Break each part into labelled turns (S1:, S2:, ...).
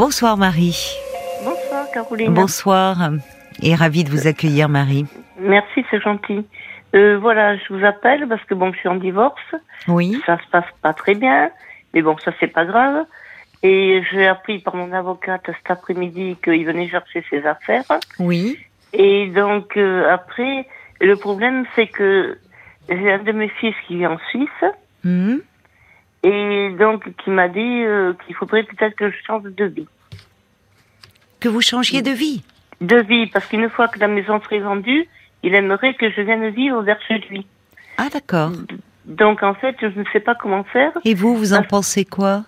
S1: Bonsoir Marie.
S2: Bonsoir Caroline.
S1: Bonsoir et ravie de vous accueillir Marie.
S2: Merci, c'est gentil. Euh, voilà, je vous appelle parce que bon, je suis en divorce.
S1: Oui.
S2: Ça se passe pas très bien, mais bon, ça c'est pas grave. Et j'ai appris par mon avocate cet après-midi qu'il venait chercher ses affaires.
S1: Oui.
S2: Et donc euh, après, le problème c'est que j'ai un de mes fils qui vit en Suisse
S1: Hmm.
S2: et donc qui m'a dit euh, qu'il faudrait peut-être que je change de vie.
S1: Que vous changiez de vie.
S2: De vie, parce qu'une fois que la maison serait vendue, il aimerait que je vienne vivre vers chez lui.
S1: Ah d'accord.
S2: Mm. Donc en fait, je ne sais pas comment faire.
S1: Et vous, vous en
S2: Ah.
S1: pensez quoi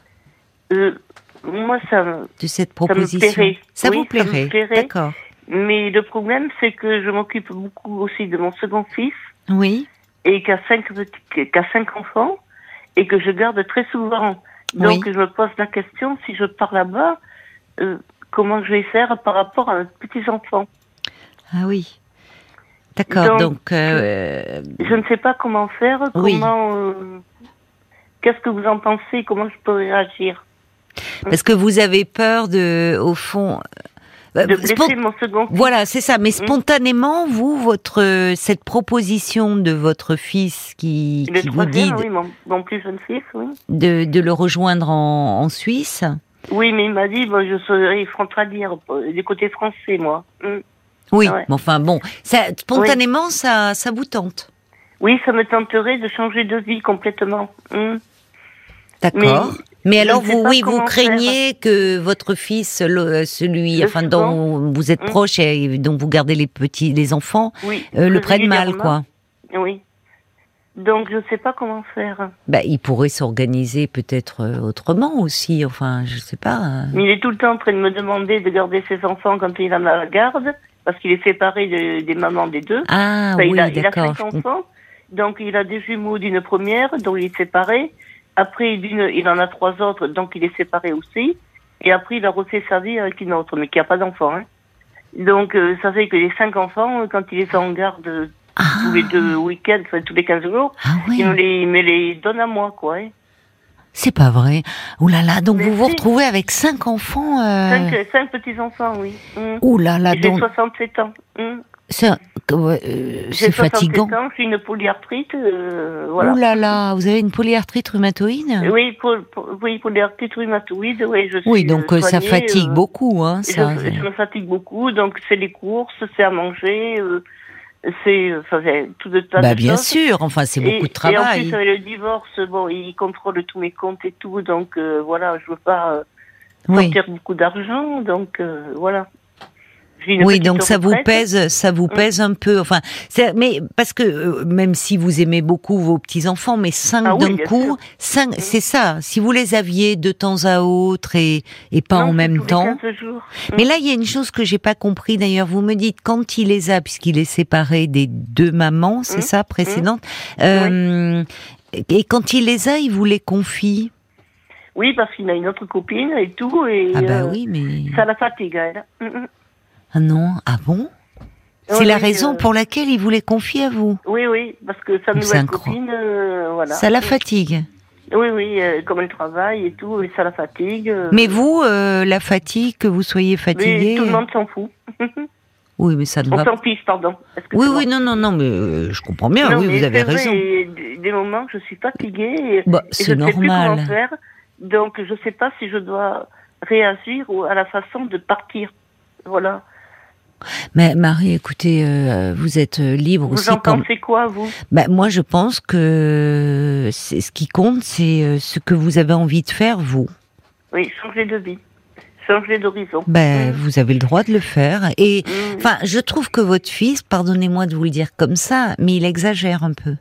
S2: Euh, moi, ça. me-
S1: de cette proposition
S2: plairait. Oui,
S1: vous
S2: ça me
S1: plairait.
S2: plairait.
S1: D'accord.
S2: Mais le problème, c'est que je m'occupe beaucoup aussi de mon second fils
S1: Oui.
S2: et qu'à cinq petits- qu'à cinq enfants et que je garde très souvent. Donc euh, je me pose la question si je pars là-bas, euh, comment je vais faire par rapport à mes petits enfants.
S1: Ah oui. D'accord.
S2: Donc,
S1: Donc, euh,
S2: Je ne sais pas comment faire.
S1: Oui.
S2: Comment. euh, Qu'est-ce que vous en pensez Comment je peux réagir
S1: parce que vous avez peur de, au fond. euh,
S2: De
S1: spon-
S2: blesser Mm. mon second fils.
S1: Voilà, c'est ça. Mais spontanément, vous, votre euh, cette proposition de votre fils qui,
S2: Le
S1: qui vous
S2: troisième,
S1: guide
S2: oui, mon, mon plus jeune fils, oui.
S1: de, de le rejoindre en, en Suisse,
S2: Oui, mais il m'a dit, bon, je serai frontalière, euh, du côté français, moi. Mm.
S1: oui.
S2: Ouais.
S1: Mais enfin bon, ça, spontanément, ça, ça vous tente.
S2: Oui, ça me tenterait de changer de vie complètement. Mm.
S1: D'accord. Mais,
S2: je
S1: alors,
S2: ne sais
S1: vous,
S2: pas
S1: oui, vous
S2: comment
S1: craignez que votre fils, le- celui,
S2: Le
S1: enfin, dont vous êtes
S2: Mm.
S1: proche et dont vous gardez les petits, les enfants,
S2: Oui.
S1: euh, le
S2: Très
S1: prenne mal, quoi.
S2: régulièrement. Oui. Donc, je ne sais pas comment faire.
S1: Bah, il pourrait s'organiser peut-être euh, autrement aussi. Enfin, je sais pas. hein.
S2: Mais il est tout le temps en train de me demander de garder ses enfants quand il en a la garde, parce qu'il est séparé de- des mamans des deux.
S1: Ah
S2: Enfin,
S1: oui,
S2: Bah, il, a, il a
S1: d'accord.
S2: cinq
S1: je comprends.
S2: enfants, donc il a des jumeaux d'une première, dont il est séparé. Après, d'une, il en a trois autres, donc il est séparé aussi. Et après, il a refait sa vie avec une autre, mais qui n'a pas d'enfant. hein. Donc, euh, ça fait que les cinq enfants, euh, quand il les a en garde euh, tous
S1: Ah,
S2: les deux week-ends, enfin, tous les 15 jours,
S1: ah
S2: il me
S1: oui,
S2: les, il me les donne à moi, quoi. hein.
S1: c'est pas vrai. Ouh là là, donc
S2: Mais
S1: vous vous
S2: si.
S1: retrouvez avec cinq enfants. euh,
S2: Cinq, cinq petits-enfants, oui. Mm.
S1: Ouh là là,
S2: Et J'ai
S1: Ah, donc
S2: 67 ans. Mm.
S1: ça, euh,
S2: J'ai
S1: c'est
S2: 67
S1: fatigant.
S2: ans, j'ai une polyarthrite, euh, voilà.
S1: Ouh là là, vous avez une polyarthrite rhumatoïde.
S2: Oui, pour, pour, oui, pour les arthrite rhumatoïdes, oui, je suis
S1: Hein. Oui, donc
S2: euh,
S1: euh, ça
S2: soignée,
S1: fatigue
S2: euh,
S1: beaucoup, hein,
S2: Je,
S1: ça.
S2: je me fatigue beaucoup, donc c'est les courses, c'est à manger, euh, c'est enfin, c'est tout de tas
S1: Bah,
S2: de
S1: bien
S2: choses.
S1: sûr, enfin, c'est
S2: Et-
S1: beaucoup de
S2: Et en plus, euh,
S1: travail.
S2: avec le divorce, bon, il contrôle tous mes comptes et tout, donc euh, voilà, je veux pas euh,
S1: Oui,
S2: sortir beaucoup d'argent, donc euh, voilà. J'ai une
S1: oui
S2: petite
S1: donc ça vous
S2: retraite.
S1: pèse, ça vous
S2: Mm.
S1: pèse un peu. Enfin, c'est- mais parce que euh, même si vous aimez beaucoup vos petits-enfants, mais cinq
S2: Ah oui,
S1: d'un
S2: bien
S1: coup,
S2: sûr. Mm.
S1: cinq, c'est ça. Si vous les aviez de temps à autre et, et pas
S2: Non,
S1: en
S2: c'est tous
S1: même
S2: les
S1: temps.
S2: 15 jours.
S1: Mais là, il y a une chose que j'ai pas compris d'ailleurs. Vous me dites quand il les a, puisqu'il est séparé des deux mamans, c'est
S2: Mm.
S1: ça, précédente. Euh, Et quand il les a, il vous les confie.
S2: Oui, parce qu'il a une autre copine et tout, et
S1: Ah bah
S2: euh,
S1: oui, mais
S2: ça la fatigue, elle. Mm, mm.
S1: ah non, ah bon C'est
S2: Oui,
S1: la
S2: oui,
S1: raison
S2: euh,
S1: pour laquelle il vous les confie à vous.
S2: Oui, oui, parce que sa
S1: Donc, c'est
S2: nouvelle
S1: incroyable.
S2: copine, euh, voilà.
S1: Ça la fatigue.
S2: Oui, oui, euh, comme elle travaille et tout, et ça la fatigue. euh,
S1: Mais vous, euh, la fatigue, que vous soyez
S2: mais
S1: fatigué.
S2: tout le monde s'en fout.
S1: Oui, mais ça ne
S2: On
S1: va. pas.
S2: s'en fiche, pardon.
S1: Bah. Oui,
S2: Excusez-moi.
S1: oui, non, non, non, mais euh, je comprends bien.
S2: Non,
S1: oui,
S2: mais
S1: vous avez
S2: c'est vrai,
S1: raison.
S2: et des- des moments, je suis fatiguée et,
S1: Bah,
S2: et je
S1: c'est
S2: ne sais plus comment
S1: normal.
S2: faire. Donc, je ne sais pas si je dois réagir ou à la façon de partir. Voilà.
S1: Mais Marie, écoutez, euh, vous êtes euh, libre
S2: Vous
S1: aussi.
S2: en
S1: Comme...
S2: pensez quoi, vous
S1: Bah, moi, je pense que c'est ce qui compte, c'est euh, ce que vous avez envie de faire, vous.
S2: Oui, changer de vie, changer d'horizon.
S1: Ben,
S2: Mm.
S1: vous avez le droit de le faire. Et
S2: Mm.
S1: enfin, je trouve que votre fils, pardonnez-moi de vous le dire comme ça, mais il exagère un peu.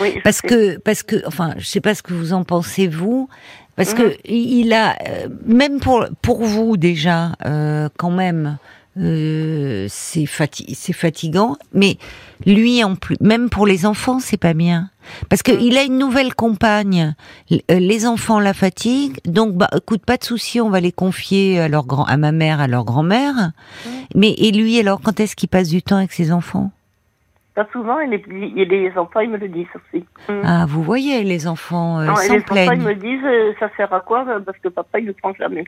S2: Oui, je
S1: Parce
S2: sais.
S1: que, parce que, enfin, je sais pas ce que vous en pensez vous, parce
S2: Mhm.
S1: que il a, euh, même pour pour vous déjà, euh, quand même, euh, c'est fati- c'est fatigant. Mais lui en plus, même pour les enfants, c'est pas bien, parce que
S2: Mhm.
S1: il a une nouvelle compagne. L- euh, les enfants la fatiguent, donc bah, écoute, pas de souci, on va les confier à leur grand, à ma mère, à leur grand-mère.
S2: Mhm.
S1: Mais et lui alors, quand est-ce qu'il passe du temps avec ses enfants
S2: Pas souvent, et les, et les enfants, ils me le disent aussi. Mm.
S1: Ah, vous voyez, les enfants euh,
S2: Non, et
S1: s'en
S2: les enfants, ils
S1: plaignent.
S2: me disent, euh, ça sert à quoi euh, Parce que papa, il ne prend jamais.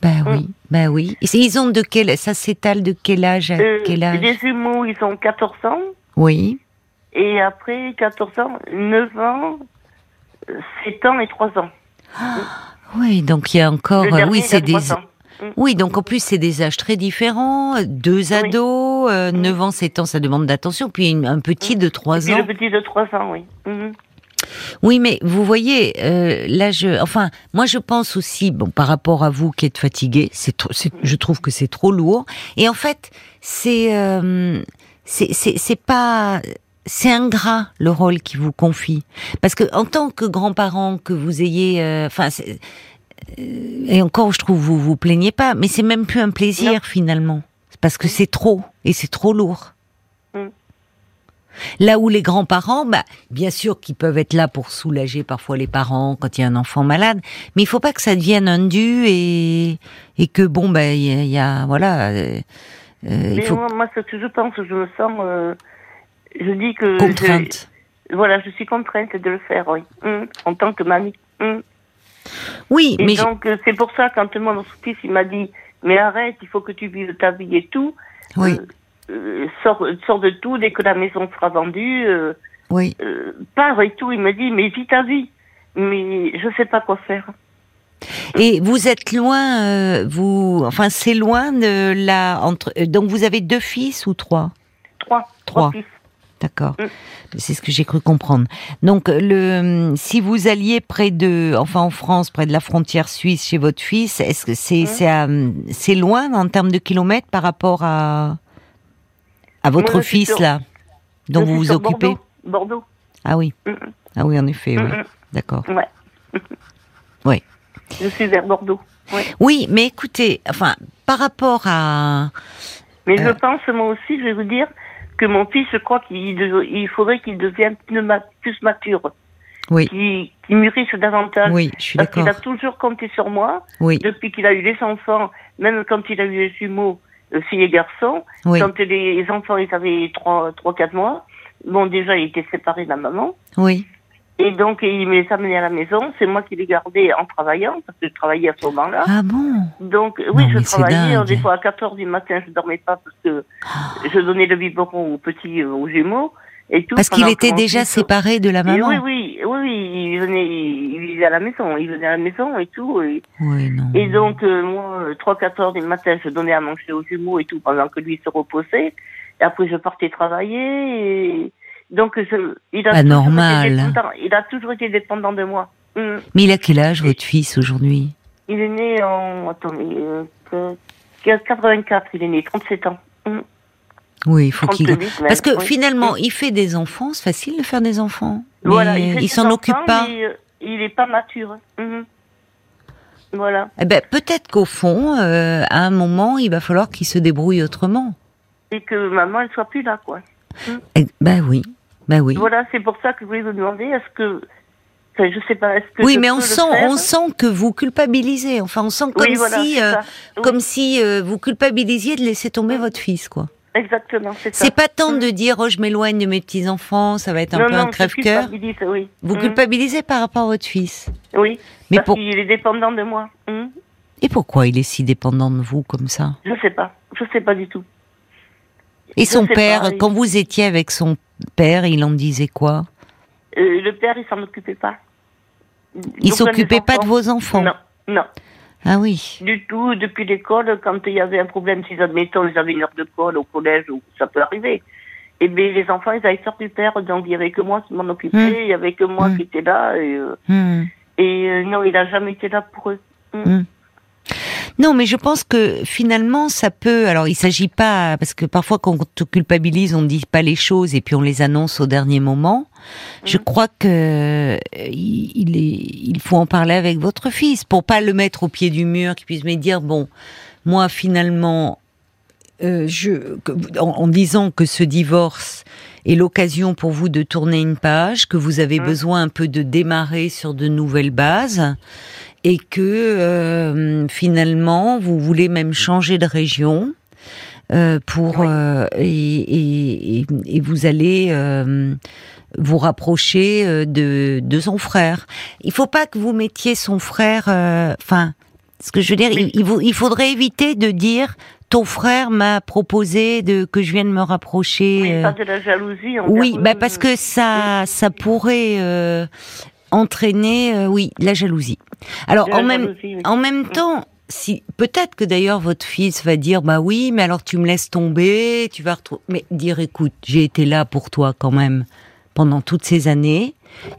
S1: Bah oui, bah oui. Et c'est- ils ont de quel, ça s'étale de quel âge à
S2: Euh,
S1: quel
S2: les
S1: âge
S2: jumeaux, ils ont 14 ans.
S1: Oui.
S2: Et après 14 ans, 9 ans, euh, 7 ans et 3 ans.
S1: Oui, donc il y a encore,
S2: Le
S1: euh,
S2: dernier,
S1: oui,
S2: il a
S1: c'est des,
S2: trois ans.
S1: oui, donc en plus c'est des âges très différents. euh, Deux ados, euh, 9 ans, 7 ans, ça demande d'attention. Puis une- un petit de 3
S2: Mm. Puis
S1: ans.
S2: le petit de 3 ans, oui. Mhm.
S1: Oui, mais vous voyez, euh, là, je, enfin, moi, je pense aussi, bon, par rapport à vous qui êtes fatigué, c'est, trop- c'est- je trouve que c'est trop lourd. Et en fait, c'est, euh, c'est, c'est, c'est pas, c'est ingrat le rôle qui vous confie, parce que en tant que grand-parent que vous ayez, euh, enfin, c'est- euh, et encore, je trouve, vous vous plaignez pas, mais c'est même plus un plaisir
S2: Non.
S1: finalement, C'est parce que c'est trop et c'est trop lourd.
S2: Mm.
S1: Là où les grands-parents, bah, bien sûr qu'ils peuvent être là pour soulager parfois les parents quand il y a un enfant malade, mais il faut pas que ça devienne un dû et, et que bon, ben, il y a- il y, a, voilà, euh, euh, il
S2: Mais
S1: faut
S2: moi, moi, ce que je pense, je me sens. euh, je dis que. euh,
S1: contrainte.
S2: je- voilà, je suis contrainte de le faire, oui. Mhm. En tant que mamie. Mhm.
S1: Oui,
S2: Et
S1: mais
S2: donc, euh, c'est pour ça, quand moi, mon fils, il m'a dit Mais arrête, il faut que tu vives ta vie et tout.
S1: oui,
S2: Euh, sors, sors de tout dès que la maison sera vendue. euh,
S1: oui.
S2: euh, pars et tout. Il me dit Mais vis ta vie. Mais je sais pas quoi faire.
S1: Et vous êtes loin, euh, vous, enfin, c'est loin de la entre. euh, Donc vous avez deux fils ou trois
S2: Trois.
S1: Trois.
S2: Trois. fils.
S1: D'accord.
S2: Mm.
S1: C'est ce que j'ai cru comprendre. Donc, euh, le, hum, si vous alliez près de, enfin en France, près de la frontière suisse chez votre fils, est-ce que c'est,
S2: Mm.
S1: c'est, à- hum, c'est loin en termes de kilomètres par rapport à, à votre
S2: Moi, je suis
S1: fils
S2: sur-
S1: là, dont
S2: Je
S1: vous
S2: suis
S1: vous
S2: sur
S1: occupez
S2: Bordeaux. Bordeaux.
S1: Ah oui.
S2: Mm, mm.
S1: Ah oui, en effet, oui.
S2: Mm, mm.
S1: D'accord.
S2: Ouais.
S1: Oui.
S2: Je suis vers Bordeaux. Ouais.
S1: Oui, mais écoutez, enfin, par rapport à.
S2: Mais
S1: Euh.
S2: je pense, moi aussi, je vais vous dire que mon fils, je crois qu'il dev- il faudrait qu'il devienne pneuma- plus mature,
S1: Oui,
S2: qu'il qu'il mûrisse davantage.
S1: oui, je suis
S2: Parce qu'il
S1: d'accord.
S2: a toujours compté sur moi,
S1: Oui,
S2: depuis qu'il a eu les enfants, même quand il a eu les jumeaux, euh, filles et garçons.
S1: oui,
S2: Quand les enfants, ils avaient 3-4 mois. Bon, déjà, ils étaient séparés de la maman.
S1: oui,
S2: Et donc, il me les amenait à la maison. C'est moi qui les gardais en travaillant, parce que je travaillais à ce moment-là.
S1: Ah bon
S2: Donc, oui,
S1: Non,
S2: je
S1: mais c'est
S2: travaillais. hein,
S1: dingue.
S2: Des fois, à 14 du matin, je dormais pas parce que je donnais le biberon aux petits, euh, aux gémeaux. Et tout,
S1: Parce qu'il
S2: pendant
S1: était
S2: que mon
S1: déjà
S2: fils-
S1: séparé de la
S2: Et
S1: maman.
S2: Oui, oui, oui, oui, il venait, il il vivait à la maison, il venait à la maison et tout. Et,
S1: Oui, non.
S2: et donc, euh, moi, euh, 3-4 heures du matin, je donnais à manger aux jumeaux et tout pendant que lui se reposait. Et après, je partais travailler. Et... Donc, je, il, a
S1: Pas
S2: toujours été
S1: normal.
S2: dépendant- il a toujours été dépendant de moi. Hum.
S1: Mais il a quel âge votre fils aujourd'hui
S2: Il est né en. Attendez. euh, que- 84, il est né, 37 ans.
S1: Oui, il faut qu'il.
S2: 38 même,
S1: Parce que
S2: oui.
S1: finalement, il fait des enfants. C'est facile de faire des enfants. Mais
S2: Voilà, il fait
S1: il
S2: ses
S1: s'en
S2: enfants,
S1: occupe pas.
S2: mais, euh, il est pas mature. Mhm. Voilà.
S1: Eh ben, peut-être qu'au fond, euh, à un moment, il va falloir qu'il se débrouille autrement.
S2: Et que maman, elle soit plus là, quoi.
S1: Eh, ben oui, ben oui.
S2: Voilà, c'est pour ça que je voulais vous demander est-ce que. Enfin, je sais pas, est-ce que.
S1: Oui,
S2: je
S1: mais
S2: peux
S1: on
S2: le
S1: sent,
S2: faire
S1: on sent que vous culpabilisez. Enfin, on sent comme
S2: Oui, voilà,
S1: si,
S2: c'est
S1: euh,
S2: ça. Oui,
S1: comme si euh, vous culpabilisiez de laisser tomber votre fils, quoi.
S2: Exactement, c'est ça.
S1: C'est pas tant
S2: Mm.
S1: de dire oh je m'éloigne de mes petits enfants, ça va être un
S2: non,
S1: peu
S2: non,
S1: un
S2: je
S1: crève-cœur.
S2: culpabilise, Oui.
S1: Vous
S2: Mhm.
S1: culpabilisez par rapport à votre fils.
S2: Oui,
S1: Mais
S2: parce
S1: pour...
S2: qu'il est dépendant de moi. Mhm.
S1: et pourquoi il est si dépendant de vous comme ça
S2: Je sais pas, je sais pas du tout.
S1: Et
S2: Je
S1: son
S2: sais
S1: père,
S2: pas, il-
S1: quand vous étiez avec son père, il en disait quoi
S2: Euh, le père, il s'en occupait pas.
S1: Il
S2: Aucun des
S1: s'occupait pas de
S2: enfants.
S1: vos enfants.
S2: Non, non,
S1: Ah oui.
S2: du tout. Depuis l'école, quand il y avait un problème, si admettons, ils avaient une heure de colle au collège, ou ça peut arriver. Et bien, les enfants, ils avaient sorti du père, donc il y avait que moi qui m'en occupais,
S1: Mm.
S2: il y avait que moi
S1: Mm.
S2: qui était là, et, euh,
S1: Hmm.
S2: et, euh, non, il a jamais été là pour eux.
S1: Non, mais je pense que finalement, ça peut. Alors, il s'agit pas parce que parfois, quand on te culpabilise, on ne dit pas les choses et puis on les annonce au dernier moment. Je
S2: Mhm.
S1: crois que euh, il il est, il faut en parler avec votre fils pour pas le mettre au pied du mur, qu'il puisse me dire bon, moi finalement, euh, je, que- en, en disant que ce divorce est l'occasion pour vous de tourner une page, que vous avez
S2: Mhm.
S1: besoin un peu de démarrer sur de nouvelles bases et que euh, finalement vous voulez même changer de région euh, pour
S2: Oui.
S1: euh, et, et- et- et vous allez euh, vous rapprocher euh, de, de son frère. Il faut pas que vous mettiez son frère. euh, Enfin, Ce que je veux dire, il, il vaut- il faudrait éviter de dire ton frère m'a proposé de que je vienne me rapprocher.
S2: Mais
S1: euh,
S2: pas de la jalousie. envers
S1: Oui,
S2: eux,
S1: bah parce que ça, ça pourrait euh, entraîner, euh, oui, la jalousie. Alors
S2: de la
S1: en même,
S2: jalousie, oui.
S1: en même temps, si peut-être que d'ailleurs votre fils va dire, bah oui, mais alors tu me laisses tomber, tu vas retrouver. Mais dire, écoute, j'ai été là pour toi quand même pendant toutes ces années,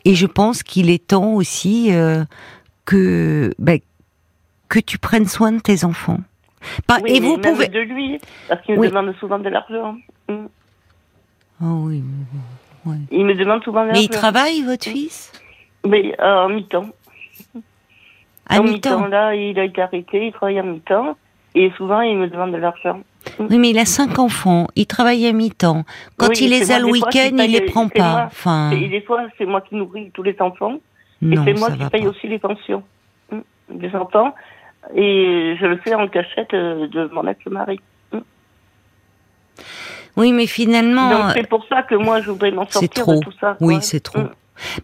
S1: et je pense qu'il est temps aussi euh, que bah, que tu prennes soin de tes enfants. Pas-
S2: Oui,
S1: et
S2: mais
S1: vous
S2: même
S1: pouvez.
S2: de lui, parce qu'il
S1: Oui.
S2: me demande souvent de l'argent. Mm.
S1: Oh oui.
S2: Il me demande souvent de
S1: Mais il
S2: l'argent.
S1: travaille votre fils
S2: Mais euh, en mi-temps.
S1: à
S2: en
S1: mi-temps.
S2: là, il a été arrêté, il travaille en mi-temps. Et souvent, il me demande de l'argent.
S1: Oui, mais il a cinq enfants, il travaille à mi-temps. Quand
S2: Oui,
S1: il les
S2: c'est
S1: a
S2: moi,
S1: le
S2: des fois,
S1: week-end,
S2: c'est
S1: il les
S2: pas-
S1: prend
S2: c'est
S1: pas.
S2: moi.
S1: Enfin,
S2: Et des fois, c'est moi qui nourris tous les enfants.
S1: Ah. non,
S2: et c'est moi
S1: ça
S2: qui
S1: va
S2: paye
S1: pas.
S2: aussi les pensions mm, des enfants. Et je le fais en cachette euh, de mon ex-mari.
S1: Oui, mais finalement,
S2: Donc c'est pour ça que moi, je voudrais m'en
S1: euh, c'est
S2: sortir
S1: trop.
S2: de tout ça.
S1: oui,
S2: quoi.
S1: c'est trop.
S2: Mm.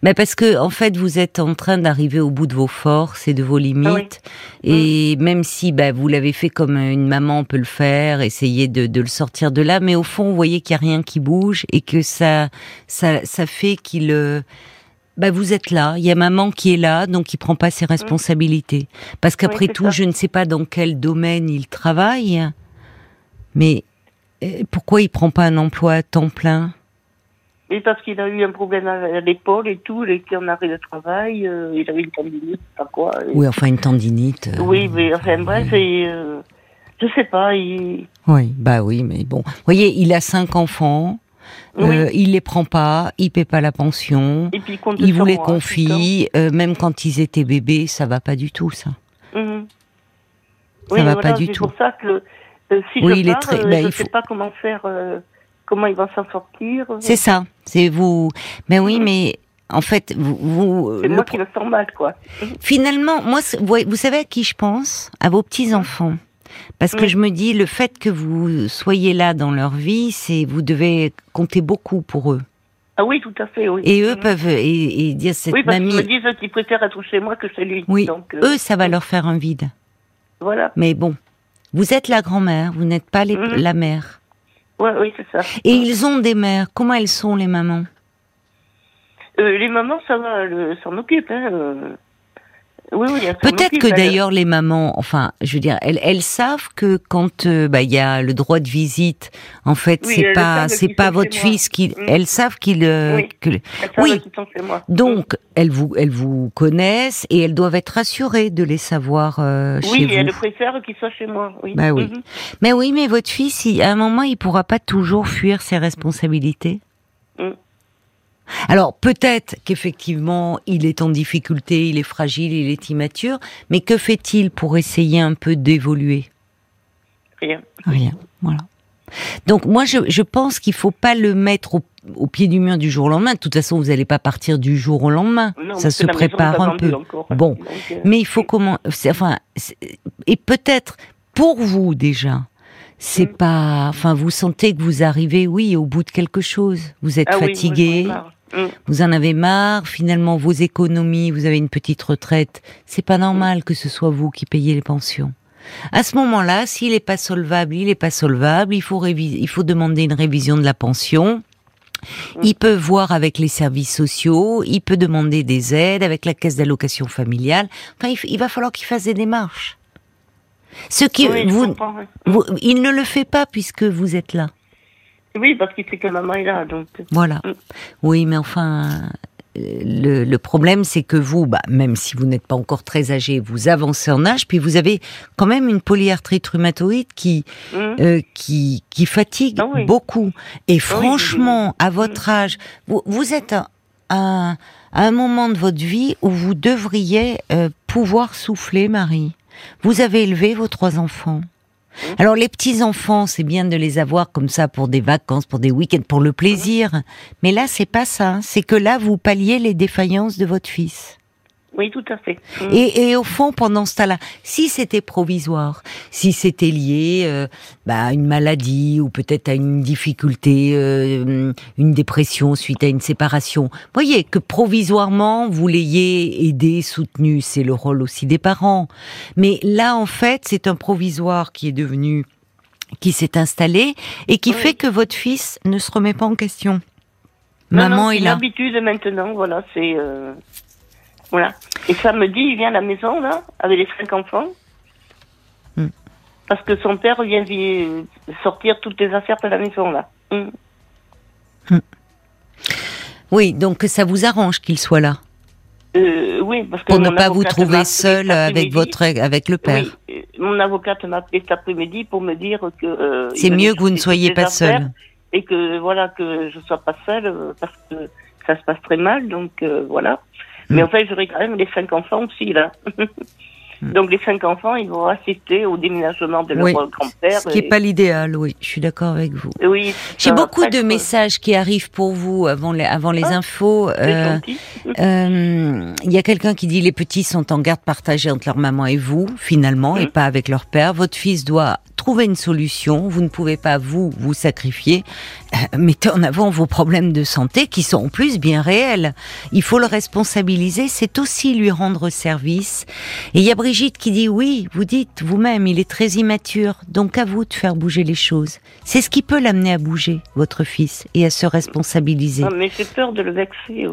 S1: Mais parce que en fait, vous êtes en train d'arriver au bout de vos forces et de
S2: Ah
S1: vos limites.
S2: Mm.
S1: Et même si bah, vous l'avez fait comme une maman peut le faire, essayer de, de le sortir de là, mais au fond, vous voyez qu'il n'y a rien qui bouge et que ça, ça, ça fait qu'il. euh, bah, vous êtes là, il y a maman qui est là, donc il prend pas ses responsabilités. Parce qu'après
S2: Mm. c'est
S1: tout,
S2: ça.
S1: je ne sais pas dans quel domaine il travaille, mais euh, pourquoi il prend pas un emploi à temps plein
S2: Et parce qu'il a eu un problème à l'épaule et tout, il était en arrêt de travail, euh, il avait une tendinite, je sais pas quoi. et-
S1: Oui, enfin une tendinite. euh,
S2: Oui, mais enfin bref, et, euh, je sais pas, il...
S1: Oui, bah oui, mais bon. Vous voyez, il a cinq enfants,
S2: Oui.
S1: euh, il les prend pas, il paie pas la pension,
S2: et puis il compte
S1: il
S2: sur
S1: vous les
S2: moi, hein, tout le temps.
S1: confie, euh, même quand ils étaient bébés, ça va pas du tout, ça.
S2: Mhm.
S1: Ça
S2: Oui,
S1: va
S2: mais
S1: pas du
S2: c'est
S1: tout.
S2: pour ça que euh, si
S1: Oui,
S2: je
S1: il est
S2: pars,
S1: très-
S2: euh,
S1: ben,
S2: je
S1: il
S2: sais
S1: faut-
S2: pas comment faire, euh, comment il va s'en sortir.
S1: C'est ça, c'est vous. Mais oui,
S2: Mhm.
S1: mais en fait, vous, vous- euh,
S2: C'est
S1: le
S2: moi
S1: pro-
S2: qui le sens mal, quoi.
S1: finalement, moi, c'est- vous, vous savez à qui je pense À vos petits enfants. Parce que
S2: Mhm.
S1: je me dis, le fait que vous soyez là dans leur vie, c'est vous devez compter beaucoup pour eux.
S2: Ah oui, tout à fait, oui.
S1: Et eux
S2: Mhm.
S1: peuvent et, et dire cette
S2: Oui, parce qu'ils
S1: mamie.
S2: me disent qu'ils préfèrent être chez moi que chez lui.
S1: Oui,
S2: Donc, euh,
S1: eux, ça va leur faire un vide.
S2: Voilà,
S1: Mais bon, vous êtes la grand-mère, vous n'êtes pas les-
S2: Mhm.
S1: la mère.
S2: ouais, oui, c'est ça.
S1: Et ils ont des mères. Comment elles sont les mamans
S2: Euh, les mamans, ça va, elles s'en occupent. Hein, euh. Oui, oui, elles s'en
S1: Peut-être
S2: occupent,
S1: que
S2: elles.
S1: d'ailleurs les mamans, enfin, je veux dire, elles, elles savent que quand euh, bah il y a le droit de visite, en fait,
S2: Oui,
S1: c'est
S2: elles
S1: pas
S2: savent
S1: c'est
S2: qu'ils
S1: pas
S2: sont
S1: votre
S2: chez moi.
S1: fils qui,
S2: Mhm.
S1: elles savent qu'il euh,
S2: Oui. Mm.
S1: que-
S2: Elles savent
S1: Oui.
S2: qu'ils sont chez moi.
S1: donc elles vous elles vous connaissent et elles doivent être rassurées de les savoir euh,
S2: Mhm.
S1: chez
S2: Oui,
S1: vous.
S2: elles préfèrent qu'ils soient chez moi. Oui.
S1: Bah oui.
S2: Mhm.
S1: Mais oui, mais votre fils, il- à un moment, il pourra pas toujours fuir ses responsabilités.
S2: Mm.
S1: Alors peut-être qu'effectivement, il est en difficulté, il est fragile, il est immature, mais que fait-il pour essayer un peu d'évoluer
S2: Rien.
S1: Rien, voilà. Donc moi, je, je pense qu'il faut pas le mettre au, au pied du mur du jour au lendemain. De toute façon, vous n'allez pas partir du jour au lendemain.
S2: Non,
S1: Ça
S2: parce
S1: se
S2: que la maison n'est
S1: prépare
S2: pas
S1: un
S2: vendue
S1: peu.
S2: encore.
S1: Bon.
S2: Donc, euh,
S1: Mais il faut comment c'est- Enfin, c'est- et peut-être pour vous déjà, c'est
S2: Mm.
S1: pas. Enfin, vous sentez que vous arrivez, oui, au bout de quelque chose. Vous êtes
S2: ah oui, moi, j'en ai
S1: fatigué,
S2: marre. Mm.
S1: vous en avez marre. Finalement, vos économies, vous avez une petite retraite. C'est pas normal que ce soit vous qui payez les pensions. À ce moment-là, s'il n'est pas solvable, il n'est pas solvable. Il faut révi- il faut demander une révision de la pension. Il peut voir avec les services sociaux, il peut demander des aides avec la caisse d'allocation familiale. Enfin, il, f- il va falloir qu'il fasse des démarches. Ce qui
S2: Oui, je
S1: vous,
S2: comprends, hein. ouais.
S1: vous- il ne le fait pas puisque vous êtes là.
S2: Oui, parce qu'il sait que maman est là, donc.
S1: Voilà.
S2: Mm.
S1: Oui, mais enfin, euh, le, le problème, c'est que vous, bah, même si vous n'êtes pas encore très âgé, vous avancez en âge, puis vous avez quand même une polyarthrite rhumatoïde qui,
S2: Mm.
S1: euh, qui, qui fatigue
S2: Ah oui. Mm.
S1: beaucoup. Et franchement, à votre âge, vous, vous êtes à, à- à un moment de votre vie où vous devriez euh, pouvoir souffler, Marie. Vous avez élevé vos trois enfants.
S2: Mm.
S1: Alors les petits enfants, c'est bien de les avoir comme ça pour des vacances, pour des week-ends, pour le
S2: Mm.
S1: plaisir. Mais là, c'est pas ça. C'est que là, vous palliez les défaillances de votre fils.
S2: Oui, tout à fait. Mm.
S1: Et, et au fond, pendant ce temps-là, si c'était provisoire, si c'était lié euh, bah, à une maladie ou peut-être à une difficulté, euh, une dépression suite à une séparation, voyez que provisoirement, vous l'ayez aidé, soutenu, c'est le rôle aussi des parents. Mais là, en fait, c'est un provisoire qui est devenu, qui s'est installé et qui
S2: Oui.
S1: fait que votre fils ne se remet pas en question.
S2: Non,
S1: Maman,
S2: non, c'est
S1: il
S2: une
S1: a...
S2: habitude maintenant, voilà, c'est. euh, Voilà. Et samedi, il vient à la maison, là, avec les cinq enfants.
S1: Mm.
S2: Parce que son père vient vi- sortir toutes les affaires de la maison, là. Mm.
S1: Oui, donc que ça vous arrange qu'il soit là.
S2: Euh, oui, parce que
S1: pour ne
S2: mon
S1: pas vous
S2: avocate m'a
S1: trouver
S2: appelé
S1: seul
S2: cet
S1: avec
S2: après-midi.
S1: votre avec le père.
S2: Oui, euh, mon avocate m'a appelé cet après-midi pour me dire que. euh, il
S1: C'est
S2: allait
S1: mieux que vous ne
S2: sortir
S1: soyez
S2: toutes les
S1: pas
S2: affaires
S1: seul.
S2: Et que, voilà, que je sois pas seule, euh, parce que ça se passe très mal, donc euh, voilà. Mais
S1: Mm.
S2: en fait, j'aurai quand même les cinq enfants aussi, là. donc les cinq enfants, ils vont assister au déménagement de leur
S1: Hmm. Oui,
S2: grand-père.
S1: Ce qui n'est
S2: euh, et-
S1: pas l'idéal, oui, je suis d'accord avec vous.
S2: et Oui,
S1: J'ai
S2: ça va
S1: beaucoup
S2: pas
S1: de
S2: être-
S1: messages qui arrivent pour vous avant les, avant les
S2: Ah,
S1: infos.
S2: c'est
S1: Euh,
S2: gentil.
S1: euh, Il y a quelqu'un qui dit les petits sont en garde partagée entre leur maman et vous, finalement, et
S2: Mhm.
S1: pas avec leur père. Votre fils doit trouver une solution. Vous ne pouvez pas, vous, vous sacrifier. Euh, mettez en avant vos problèmes de santé qui sont en plus bien réels. Il faut le responsabiliser. C'est aussi lui rendre service. Et il y a Brigitte qui dit oui, vous dites vous-même, il est très immature. Donc à vous de faire bouger les choses. C'est ce qui peut l'amener à bouger, votre fils, et à se responsabiliser.
S2: Ah, mais j'ai peur de le vexer. euh.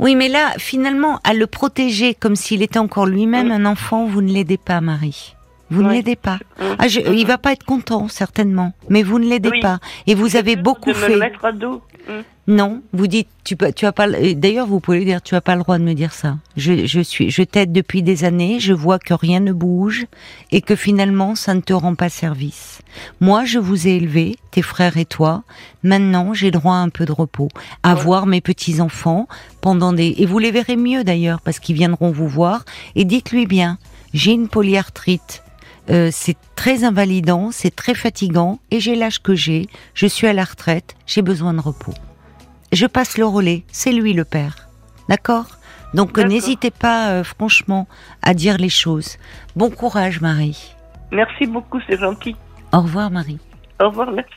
S1: Oui, mais là, finalement, à le protéger comme s'il était encore lui-même
S2: Oui.
S1: un enfant, vous ne l'aidez pas, Marie. Vous ne
S2: Oui.
S1: l'aidez pas.
S2: Oui.
S1: Ah, je- il va pas être content, certainement, mais vous ne l'aidez
S2: Mm. Oui.
S1: pas. Et vous avez
S2: Peur
S1: beaucoup
S2: de me
S1: fait.
S2: le mettre à dos. Mm.
S1: Non, vous dites, tu, peux- tu as pas. le- et D'ailleurs, vous pouvez lui dire, tu as pas le droit de me dire ça. Je, je suis, je t'aide depuis des années. Je vois que rien ne bouge et que finalement, ça ne te rend pas service. Moi, je vous ai élevé, tes frères et toi. Maintenant, j'ai droit à un peu de repos, à
S2: Ouais.
S1: voir mes petits enfants pendant des. Et vous les verrez mieux d'ailleurs parce qu'ils viendront vous voir. Et dites-lui bien, j'ai une polyarthrite. Euh, c'est très invalidant, c'est très fatigant, et j'ai l'âge que j'ai, je suis à la retraite, j'ai besoin de repos je passe le relais, c'est lui le père. D'accord Donc euh,
S2: D'accord.
S1: n'hésitez pas, euh, franchement, à dire les choses. Bon courage, Marie.
S2: Merci beaucoup, c'est gentil.
S1: Au revoir, Marie.
S2: Au revoir, merci.